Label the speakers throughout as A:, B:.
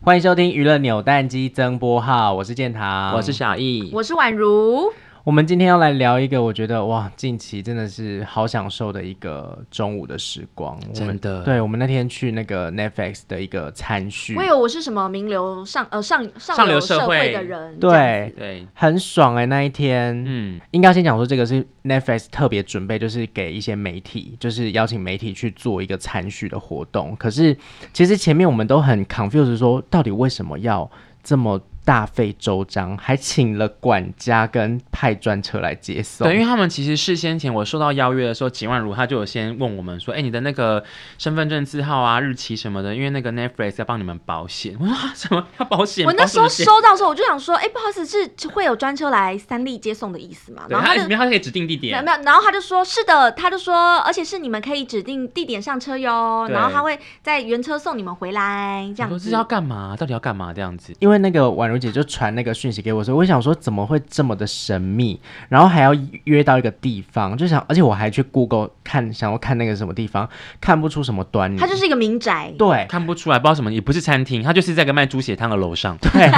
A: 欢迎收听娱乐扭蛋机增播号，我是建堂，
B: 我是小易，
C: 我是宛如。
A: 我们今天要来聊一个，我觉得哇，近期真的是好享受的一个中午的时光。我们
B: 真的
A: 对我们那天去那个 Netflix 的一个餐叙
C: 我，有我是什么名流上呃上
B: 上流
C: 流
B: 社
C: 社
B: 会
C: 的人，这样
A: 对，
B: 对，
A: 很爽哎、那一天。
B: 嗯，
A: 应该先讲说，这个是 Netflix 特别准备，就是给一些媒体，就是邀请媒体去做一个参叙的活动。可是其实前面我们都很 confused，说到底为什么要这么大费周章，还请了管家跟派专车来接送
B: 对，因。为他们其实事先前我收到邀约的时候，秦万如他就有先问我们说，哎、你的那个身份证字号啊、日期什么的，因为那个 Netflix 要帮你们保险。我说啊什么要保险？
C: 我那时候
B: 保什么险。
C: 收到的时候，我就想说，哎、不好意思，是会有专车来三立接送的意思嘛？
B: 对，
C: 然后他
B: 他
C: 就
B: 里面他可以指定地
C: 没有
B: 点
C: 没，有，然后他就说是的，他就说，而且是你们可以指定地点上车哟，
B: 对
C: 然后他会在原车送你们回来，这
B: 我
C: 样
B: 说这
C: 子
B: 是。要干嘛？到底要干嘛？这样子，
A: 因为那个宛如姐就传那个讯息给我说，我想说怎么会这么的神秘，然后还要约到一个地方，就想，而且我还去 Google 看，想要看那个什么地方，看不出什么端倪。
C: 他就是一个民宅，
A: 对，
B: 看不出来，不知道什么，也不是餐厅，他就是在个卖猪血汤的楼上。
A: 对，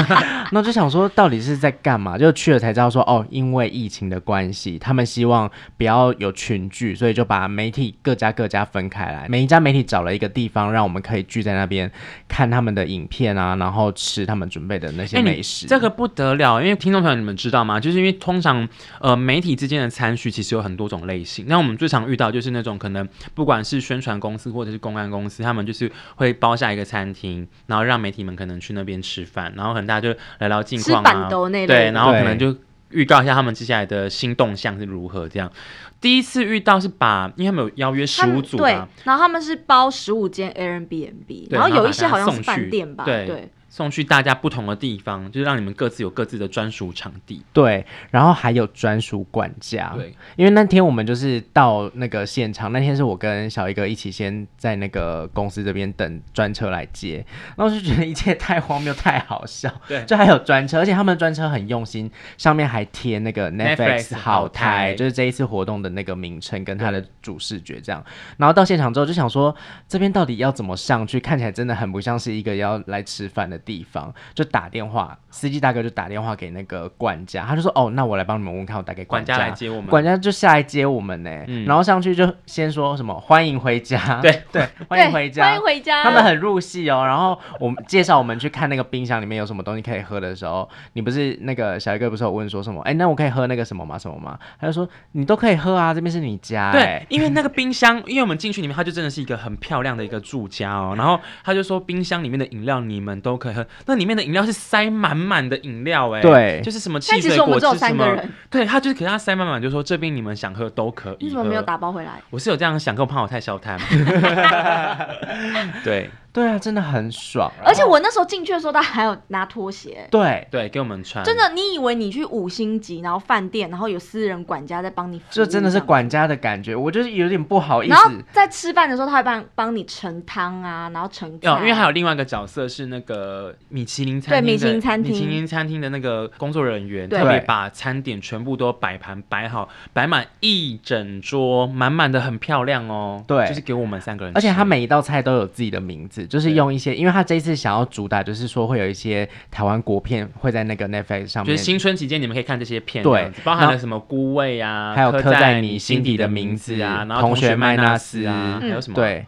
A: 那我就想说到底是在干嘛？就去了才知道说哦，因为疫情的关系，他们希望不要有群聚，所以就把媒体各家各家分开来，每一家媒体找了一个地方，让我们可以聚在那边看他们的影片啊，然后吃他们准备的那些
B: 哎你
A: 美食。
B: 这个不得了，因为听众朋友你们知道吗？就是因为通常呃媒体之间的参叙其实有很多种类型，那我们最常遇到就是那种可能不管是宣传公司或者是公关公司，他们就是会包下一个餐厅，然后让媒体们可能去那边吃饭，然后可能大家就聊聊近
C: 吃
B: 况
C: 板
B: 啊，
C: 豆那类的。
B: 对，然后可能
A: 对
B: 就。预告一下他们接下来的新动向是如何？这样，第一次遇到是把，因为他们有邀约
C: 他
B: 十
C: 们
B: 五组
C: 对
B: 嘛，，
C: 然后他们是包十五间 Airbnb，
B: 对
C: 然后
B: 然后
C: 有一些
B: 把它
C: 好像是
B: 送去
C: 饭店吧，
B: 对
C: 对，
B: 送去大家不同的地方，就是让你们各自有各自的专属场地。啊
A: 对，然后还有专属管家。
B: 对，
A: 因为那天我们就是到那个现场，那天是我跟小一哥一起先在那个公司这边等专车来接，然后就觉得一切太荒谬、太好笑。
B: 对
A: 就还有专车，而且他们的专车很用心，上面还贴那个 Netflix 好
B: 好
A: 台，
B: 台
A: 就是这一次活动的那个名称跟它的主视觉这样。然后到现场之后就想说，这边到底要怎么上去？看起来真的很不像是一个要来吃饭的地方。就打电话，司机大哥就打电话给那个管家，他就说：“哦，那我来帮你们问看，我打给
B: 管
A: 家
B: 家来接我们，
A: 管家就下来接我们呢、
B: 嗯
A: 然后上去就先说什么欢迎回家，
B: 对
A: 对，欢迎回
C: 对
A: 家
C: 欢迎。回家。
A: 他们很入戏哦，然后我们介绍我们去看那个冰箱里面有什么东西可以喝的时候，你不是那个小一哥不是有问说什么？哎，那我可以喝那个什么吗？什么吗？他就说你都可以喝啊，这边是你家、
B: 对
A: 哎，，
B: 因为那个冰箱，因为我们进去里面，它就真的是一个很漂亮的一个住家哦。然后他就说，冰箱里面的饮料你们都可以喝，那里面的饮料是塞满满的饮料哎，
A: 对
B: 就是什么汽
C: 但其
B: 水
C: 实我
B: 果
C: 们只有
B: 汁什
C: 三个
B: 么，
C: 人，
B: 对，他就是给他塞满满，就说这边你们想喝都可以。
C: 你怎么没有？打包回来？
B: 我是有这样想，可我怕我太消 摊。对
A: 对啊，真的很爽。然后
C: 而且我那时候进去的时候，他还有拿拖鞋。
A: 对，
B: 对，给我们
A: 嗯
B: 穿，
C: 真的，你以为你去五星级，然后饭店，然后有私人管家在帮你服务，
A: 就真的是
C: 这样。
A: 管家的感觉，我就是有点不好意
C: 然后
A: 思。
C: 在吃饭的时候，他会帮帮你盛汤啊，然后盛菜。
B: 哦，因为还有另外一个角色是那个米其林餐厅的，
C: 对米其林餐厅
B: 米其林餐厅的那个工作人员，
C: 对
B: 特别把餐点全部都摆盘摆好，摆满一整桌，满满的很漂亮哦。
A: 对
B: 就是给我们三个人吃，
A: 而且他每一道菜都有自己的名字，就是
B: 对
A: 用一些，因为他这一次想要主打就是说会有一些台湾国片会在那个 Netflix 上
B: 就
A: 面
B: 是新春期间你们可以看这些片，
A: 对
B: 这样子包含了什么孤味啊，
A: 还有
B: 刻
A: 刻在你
B: 你
A: 心底的
B: 的
A: 名字
B: 字啊，然后
A: 同学
B: 学
A: 麦
B: 麦
A: 纳
B: 斯
A: 斯
B: 啊，
C: 嗯
B: 还有什么
A: 对，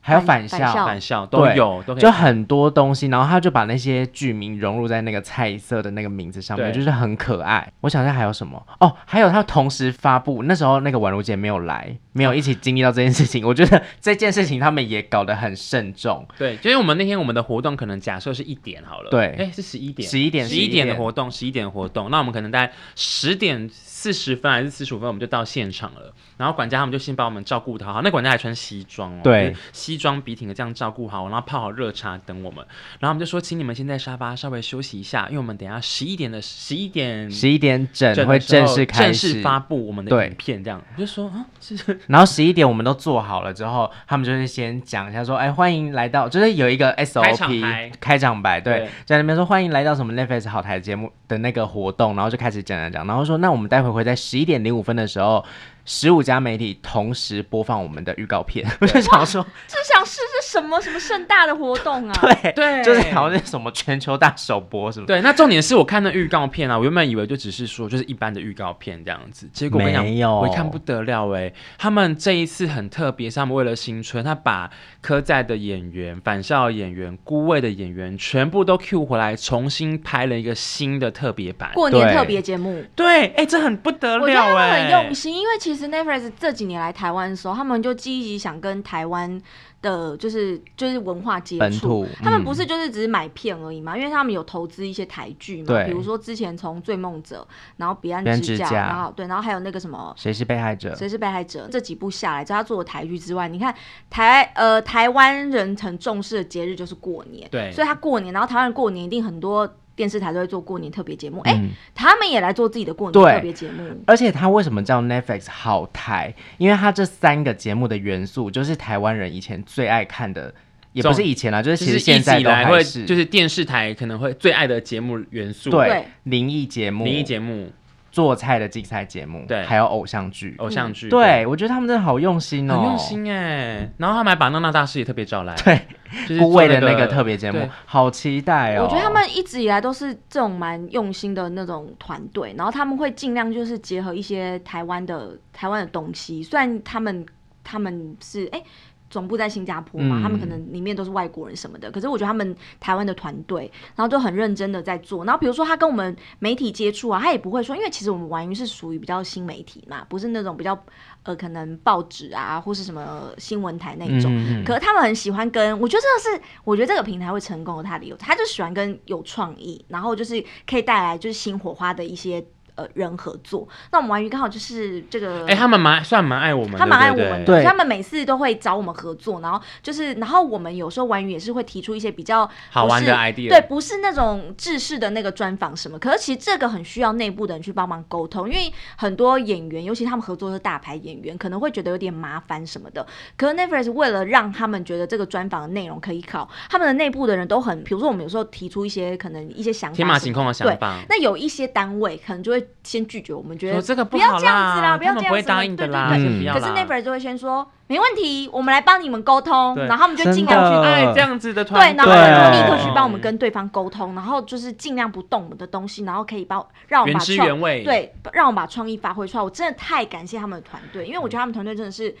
A: 还有
C: 返
A: 返
C: 返
A: 校，
C: 校
B: 返校都有，都可以
A: 就很多东西，然后他就把那些剧名融入在那个菜色的那个名字上面，
B: 对
A: 就是很可爱。我想一下还有什么哦，还有他同时发布，那时候那个宛如姐没有来，没有一起经历到这件事情。 我觉得这件事情他们也搞得很慎重，
B: 对，就是我们那天我们的活动可能假设是一点好了，
A: 对
B: 哎是十一点，
A: 11点
B: 十一点的
A: 11
B: 活动，十一点的活动，那我们可能大概十点四十分还是四十五分我们就到现场了，然后管家他们就先把我们照顾得好好，那管家还穿西装哦，
A: 对，
B: 西装笔挺的这样照顾好，然后泡好热茶等我们，然后我们就说请你们先在沙发稍微休息一下，因为我们等一下十一点的十一点。
A: 十一点整
B: 整
A: 会
B: 的时
A: 正
B: 候
A: 式开
B: 正
A: 始，
B: 式发布我们的
A: 对
B: 影片，这样我就说啊，是
A: 然后十一点我们都做好了之后，他们就是先讲一下说，哎，欢迎来到，就是有一个 SOP
B: 开场白
A: 开场白对，
B: 对
A: 在那边说欢迎来到什么 Netflix 好台节目的那个活动，然后就开始讲讲讲，然后说那我们待会会在十一点零五分的时候。十五家媒体同时播放我们的预告片，我就想说，
C: 这想是是什么什么盛大的活动啊？
A: 对
B: 对
A: 就是好像是什么全球大首播什么，
B: 对，那重点是我看那预告片啊，我原本以为就只是说就是一般的预告片这样子，结果我跟
A: 没
B: 你
A: 有
B: 讲，我一看不得了哎、他们这一次很特别，是他们为了新春，他把科在的演员、返校的演员、孤味的演员全部都 Q 回来，重新拍了一个新的特别版。
C: 过年
A: 对欸
C: 特别节目。
B: 对，哎、这很不得
C: 我觉得他
B: 了
C: 们很
B: 哎、
C: 用心，因为其实 Netflix 这几年来台湾的时候，他们就积极想跟台湾的，就是就是文化接
A: 本
C: 触。
A: 土，
C: 他们
A: 嗯
C: 不是就是只是买片而已嘛，因为他们有投资一些台剧嘛，
A: 对
C: 比如说之前从《追梦者》，然后《彼岸
A: 彼岸
C: 之
A: 之呃
C: 家》，
A: 家
C: 然后对，然后还有那个什么
A: 谁是被害者
C: 《谁是被害者》这几部下来，在他做的台剧之外，你看台呃台湾人很重视的节日就是过年，
B: 对
C: 所以他过年，然后台湾人过年一定很多电视台都会做过年特别节目，哎、
A: 嗯
C: 他们也来做自己的过年
A: 对
C: 特别节目。
A: 而且它为什么叫 Netflix 好台？因为它这三个节目的元素就是台湾人以前最爱看的，也不
B: 这
A: 是
B: 种
A: 以前啦，啊就是
B: 就
A: 其
B: 是
A: 实
B: 一
A: 现
B: 直
A: 在
B: 以
A: 都
B: 来
A: 还
B: 会
A: 是，
B: 就是电视台可能会最爱的节目元素，
A: 对
C: 对
A: 灵异节目、
B: 灵异节目、
A: 做菜的竞赛节目，
B: 对
A: 还有偶像剧。
B: 偶像剧，
A: 对，我觉得他们真的好用心
B: 很
A: 哦，
B: 用。心哎。然后他们还把娜娜大师也特别招来，
A: 对，
B: 就是
A: 孤
B: 做
A: 味的那个特别节目
B: 对，
A: 好期待哦！
C: 我觉得他们一直以来都是这种蛮用心的那种团队，然后他们会尽量就是结合一些台湾的台湾的东西，虽然他们他们是哎、总部在新加坡嘛，
A: 嗯
C: 他们可能里面都是外国人什么的，可是我觉得他们台湾的团队，然后就很认真的在做，然后比如说他跟我们媒体接触啊，他也不会说，因为其实我们玩鱼是属于比较新媒体嘛，不是那种比较呃可能报纸啊或是什么新闻台那一种，
A: 嗯嗯嗯
C: 可是他们很喜欢跟，我觉得这个是，我觉得这个平台会成功的它的理由，他就喜欢跟有创意，然后就是可以带来就是新火花的一些呃人合作。那我们玩鱼刚好就是这个，
B: 哎、他们蛮算蛮爱我们的，
C: 他蛮爱我
B: 对
C: 们的，
B: 不
A: 对
C: 他们每次都会找我们合作，然后就是，然后我们有时候玩鱼也是会提出一些比较
B: 好玩的
C: 不是
B: idea
C: 对，不是那种制式的那个专访什么。可是其实这个很需要内部的人去帮忙沟通，因为很多演员，尤其他们合作的是大牌演员，可能会觉得有点麻烦什么的。可是 Netflix 为了让他们觉得这个专访的内容可以考，他们的内部的人都很，比如说我们有时候提出一些可能一些想法，
B: 天马行空的想法
C: 对，那有一些单位可能就会先拒绝，我们觉
B: 对
C: 得
B: 说这个
C: 不
B: 好
C: 要这样子啦，
B: 啦，
C: 不要
B: 他
C: 这
B: 们
C: 样
B: 不会
C: 子啦，
B: 答应的啊
C: 对
B: 啦，
A: 嗯
C: 对对
B: 先不要
C: 可
B: 啦。
C: 是 Never 就会先说没问题，我们来帮你们沟通，
B: 对
C: 然后我们就尽量去
A: 真的
B: 哎，这样子的团
C: 对，然后
A: 对
C: 他
A: 哦
C: 们就立刻去帮我们跟对方沟通，然后就是尽量不动我们的东西，然后可以把让我们
B: 原
C: 把
B: 汁
C: 创
B: 原味
C: 对，让我们把创意发挥出来。我真的太感谢他们的团队，因为我觉得他们团队真的是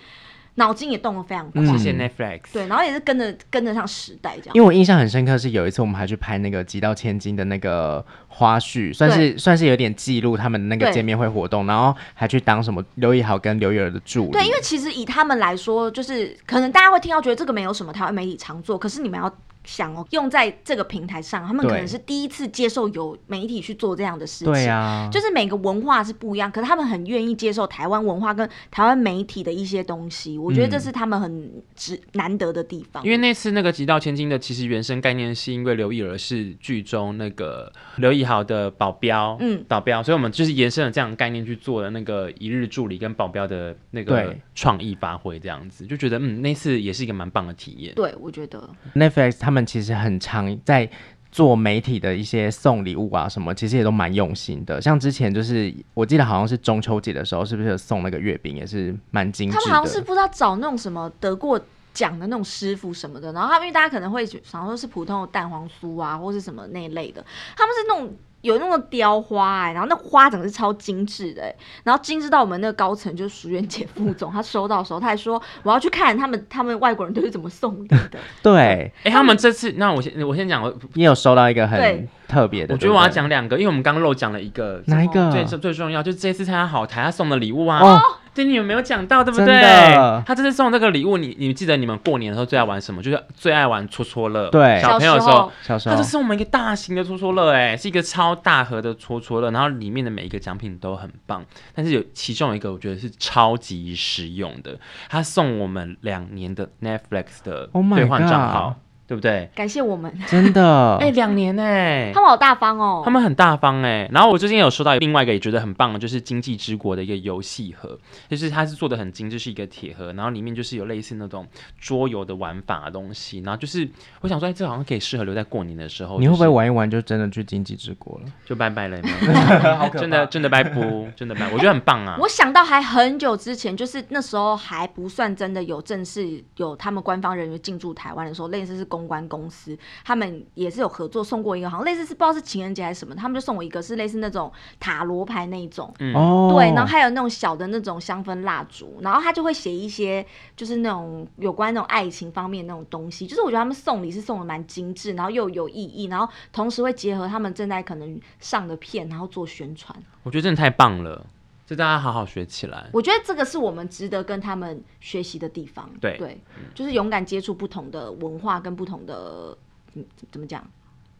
C: 脑筋也动得非常快，
B: 谢谢
A: 嗯
B: Netflix。
C: 对，然后也是跟着跟得上时代这样。
A: 因为我印象很深刻，是有一次我们还去拍那个《极道千金》的那个花絮，算是算是有点记录他们那个
C: 对
A: 见面会活动，然后还去当什么刘以豪跟刘以儿的助理。
C: 对，因为其实以他们来说，就是可能大家会听到觉得这个没有什么，台湾媒体常做，可是你们要。想哦，用在这个平台上，他们可
A: 对
C: 能是第一次接受有媒体去做这样的事情。
A: 对啊，
C: 就是每个文化是不一样，可是他们很愿意接受台湾文化跟台湾媒体的一些东西，我觉得这是他们很值难得的地方。
B: 嗯因为那次那个《极道千金》的，其实原生概念是因为刘亦儿是剧中那个刘以豪的保镖，
C: 嗯
B: 保镖，所以我们就是延伸了这样的概念去做的那个一日助理跟保镖的那个
A: 对
B: 创意发挥，这样子就觉得嗯，那次也是一个蛮棒的体验。
C: 对，我觉得
A: Netflix 他们其实很常在做媒体的一些送礼物啊什么，其实也都蛮用心的。像之前就是我记得好像是中秋节的时候，是不是有送那个月饼，也是蛮精致
C: 他们好像是
A: 的。
C: 不知道找那种什么得过奖的那种师傅什么的，然后他们因为大家可能会想说是普通的蛋黄酥啊，或是什么那一类的，他们是那种。有那种雕花、哎，然后那花整个是超精致的、哎然后精致到我们那个高层就是淑媛姐副总，她收到的时候，她还说我要去看他们他们外国人都是怎么送礼的，
A: 对，
B: 哎、他们这次，那我先我先讲，我
A: 你有收到一个很
C: 对
A: 特别的。
B: 我觉得我要
A: 对不对
B: 讲两个，因为我们刚刚漏讲了一个，
A: 哪一
B: 最
A: 个？
B: 最最重要就是这次参加好台他送的礼物啊。
A: 哦，
B: 对你们没有讲到，对不
A: 真
B: 对
A: 的？
B: 他这次送这个礼物，你你记得你们过年的时候最爱玩什么？就是最爱玩戳戳乐。
A: 对
B: 哎小朋友的时
C: 小时
B: 候
C: 候，
A: 小时
B: 他
A: 候
B: 就送我们一个大型的戳戳乐，哎，是一个超大盒的戳戳乐，然后里面的每一个奖品都很棒，但是有其中有一个我觉得是超级实用的，他送我们两年的 Netflix 的
A: Oh my
B: 兑换账号
A: God
B: 对不对？
C: 感谢我们，
A: 真 的，
B: 哎、两年哎、
C: 他们好大方哦
B: 他。们很大方哎、然后我最近有收到另外一个也觉得很棒的，就是《经济之国》的一个游戏盒，就是它是做的很精致，是一个铁盒，然后里面就是有类似那种桌游的玩法的东西。然后就是我想说，哎，这好像可以适合留在过年的时候。
A: 你会不会
B: 就是
A: 玩一玩就真的去经济之国了？
B: 就拜拜了有 没有？
A: 好
B: 真的真 的拜不，真的拜，我觉得很棒啊。
C: 我想到还很久之前，就是那时候还不算真的有正式有他们官方人员进驻台湾的时候，类似是公关公司，他们也是有合作送过一个，好像类似是不知道是情人节还是什么，他们就送我一个是类似那种塔罗牌那一种，
B: 嗯，
A: 哦，
C: 对，然后还有那种小的那种香氛蜡烛，然后他就会写一些就是那种有关那种爱情方面那种东西，就是我觉得他们送礼是送的蛮精致，然后又有意义，然后同时会结合他们正在可能上的片，然后做宣传。
B: 我觉得真的太棒了，这大家好好学起来。
C: 我觉得这个是我们值得跟他们学习的地方。
B: 对
C: 就是勇敢接触不同的文化跟不同的，嗯，怎么讲？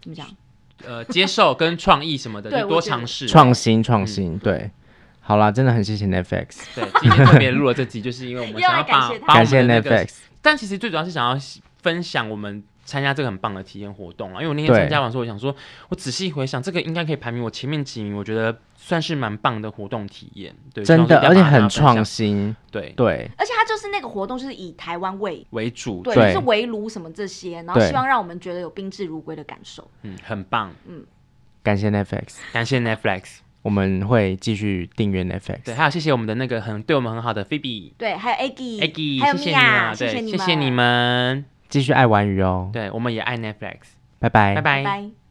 C: 怎么讲？
B: 呃，接受跟创意什么的，
C: 对
B: 就
C: 我
B: 多
C: 觉得
B: 尝试。
A: 创新
B: 嗯
A: 创新，对，好啦，真的很谢谢 Netflix，
B: 对，今天特别录了这集，就是因为我们
C: 又
B: 想
C: 来
B: 要把
C: 感谢他
B: 把
A: 感
B: 我们
A: 谢
B: 的那个
A: Netflix，
B: 但其实最主要是想要分享我们参加这个很棒的体验活动啊，因为我那天
A: 对
B: 参加完之后，我想说，我仔细回想，这个应该可以排名我前面几名，我觉得算是蛮棒的活动体验，对，
A: 真的，
B: 希望
A: 而
B: 是
A: 且
B: 大家把它
A: 很创
B: 分享，
A: 新，
B: 对
A: 对，
C: 而且它就是那个活动，就是以台湾为
B: 为主，
C: 对，
A: 对
C: 就是围炉什么这些，然后
A: 对
C: 希望让我们觉得有宾至如归的感受。
B: 嗯，很棒，
A: 感谢 Netflix，
B: 感谢 Netflix，
A: 我们会继续订阅 Netflix，
B: 对，还有谢谢我们的那个很对我们很好的 Phoebe。
C: 对，还有 Aggie、
B: Aggie，
C: 还有
B: 谢谢
C: Mia，
B: 你啊，
C: 谢
B: 对，
C: 你
B: 谢
C: 们，
B: 谢你，们，
A: 继续爱玩鱼哦，
B: 对，我们也爱 Netflix，
A: 拜拜，
B: 拜拜。
C: 拜拜。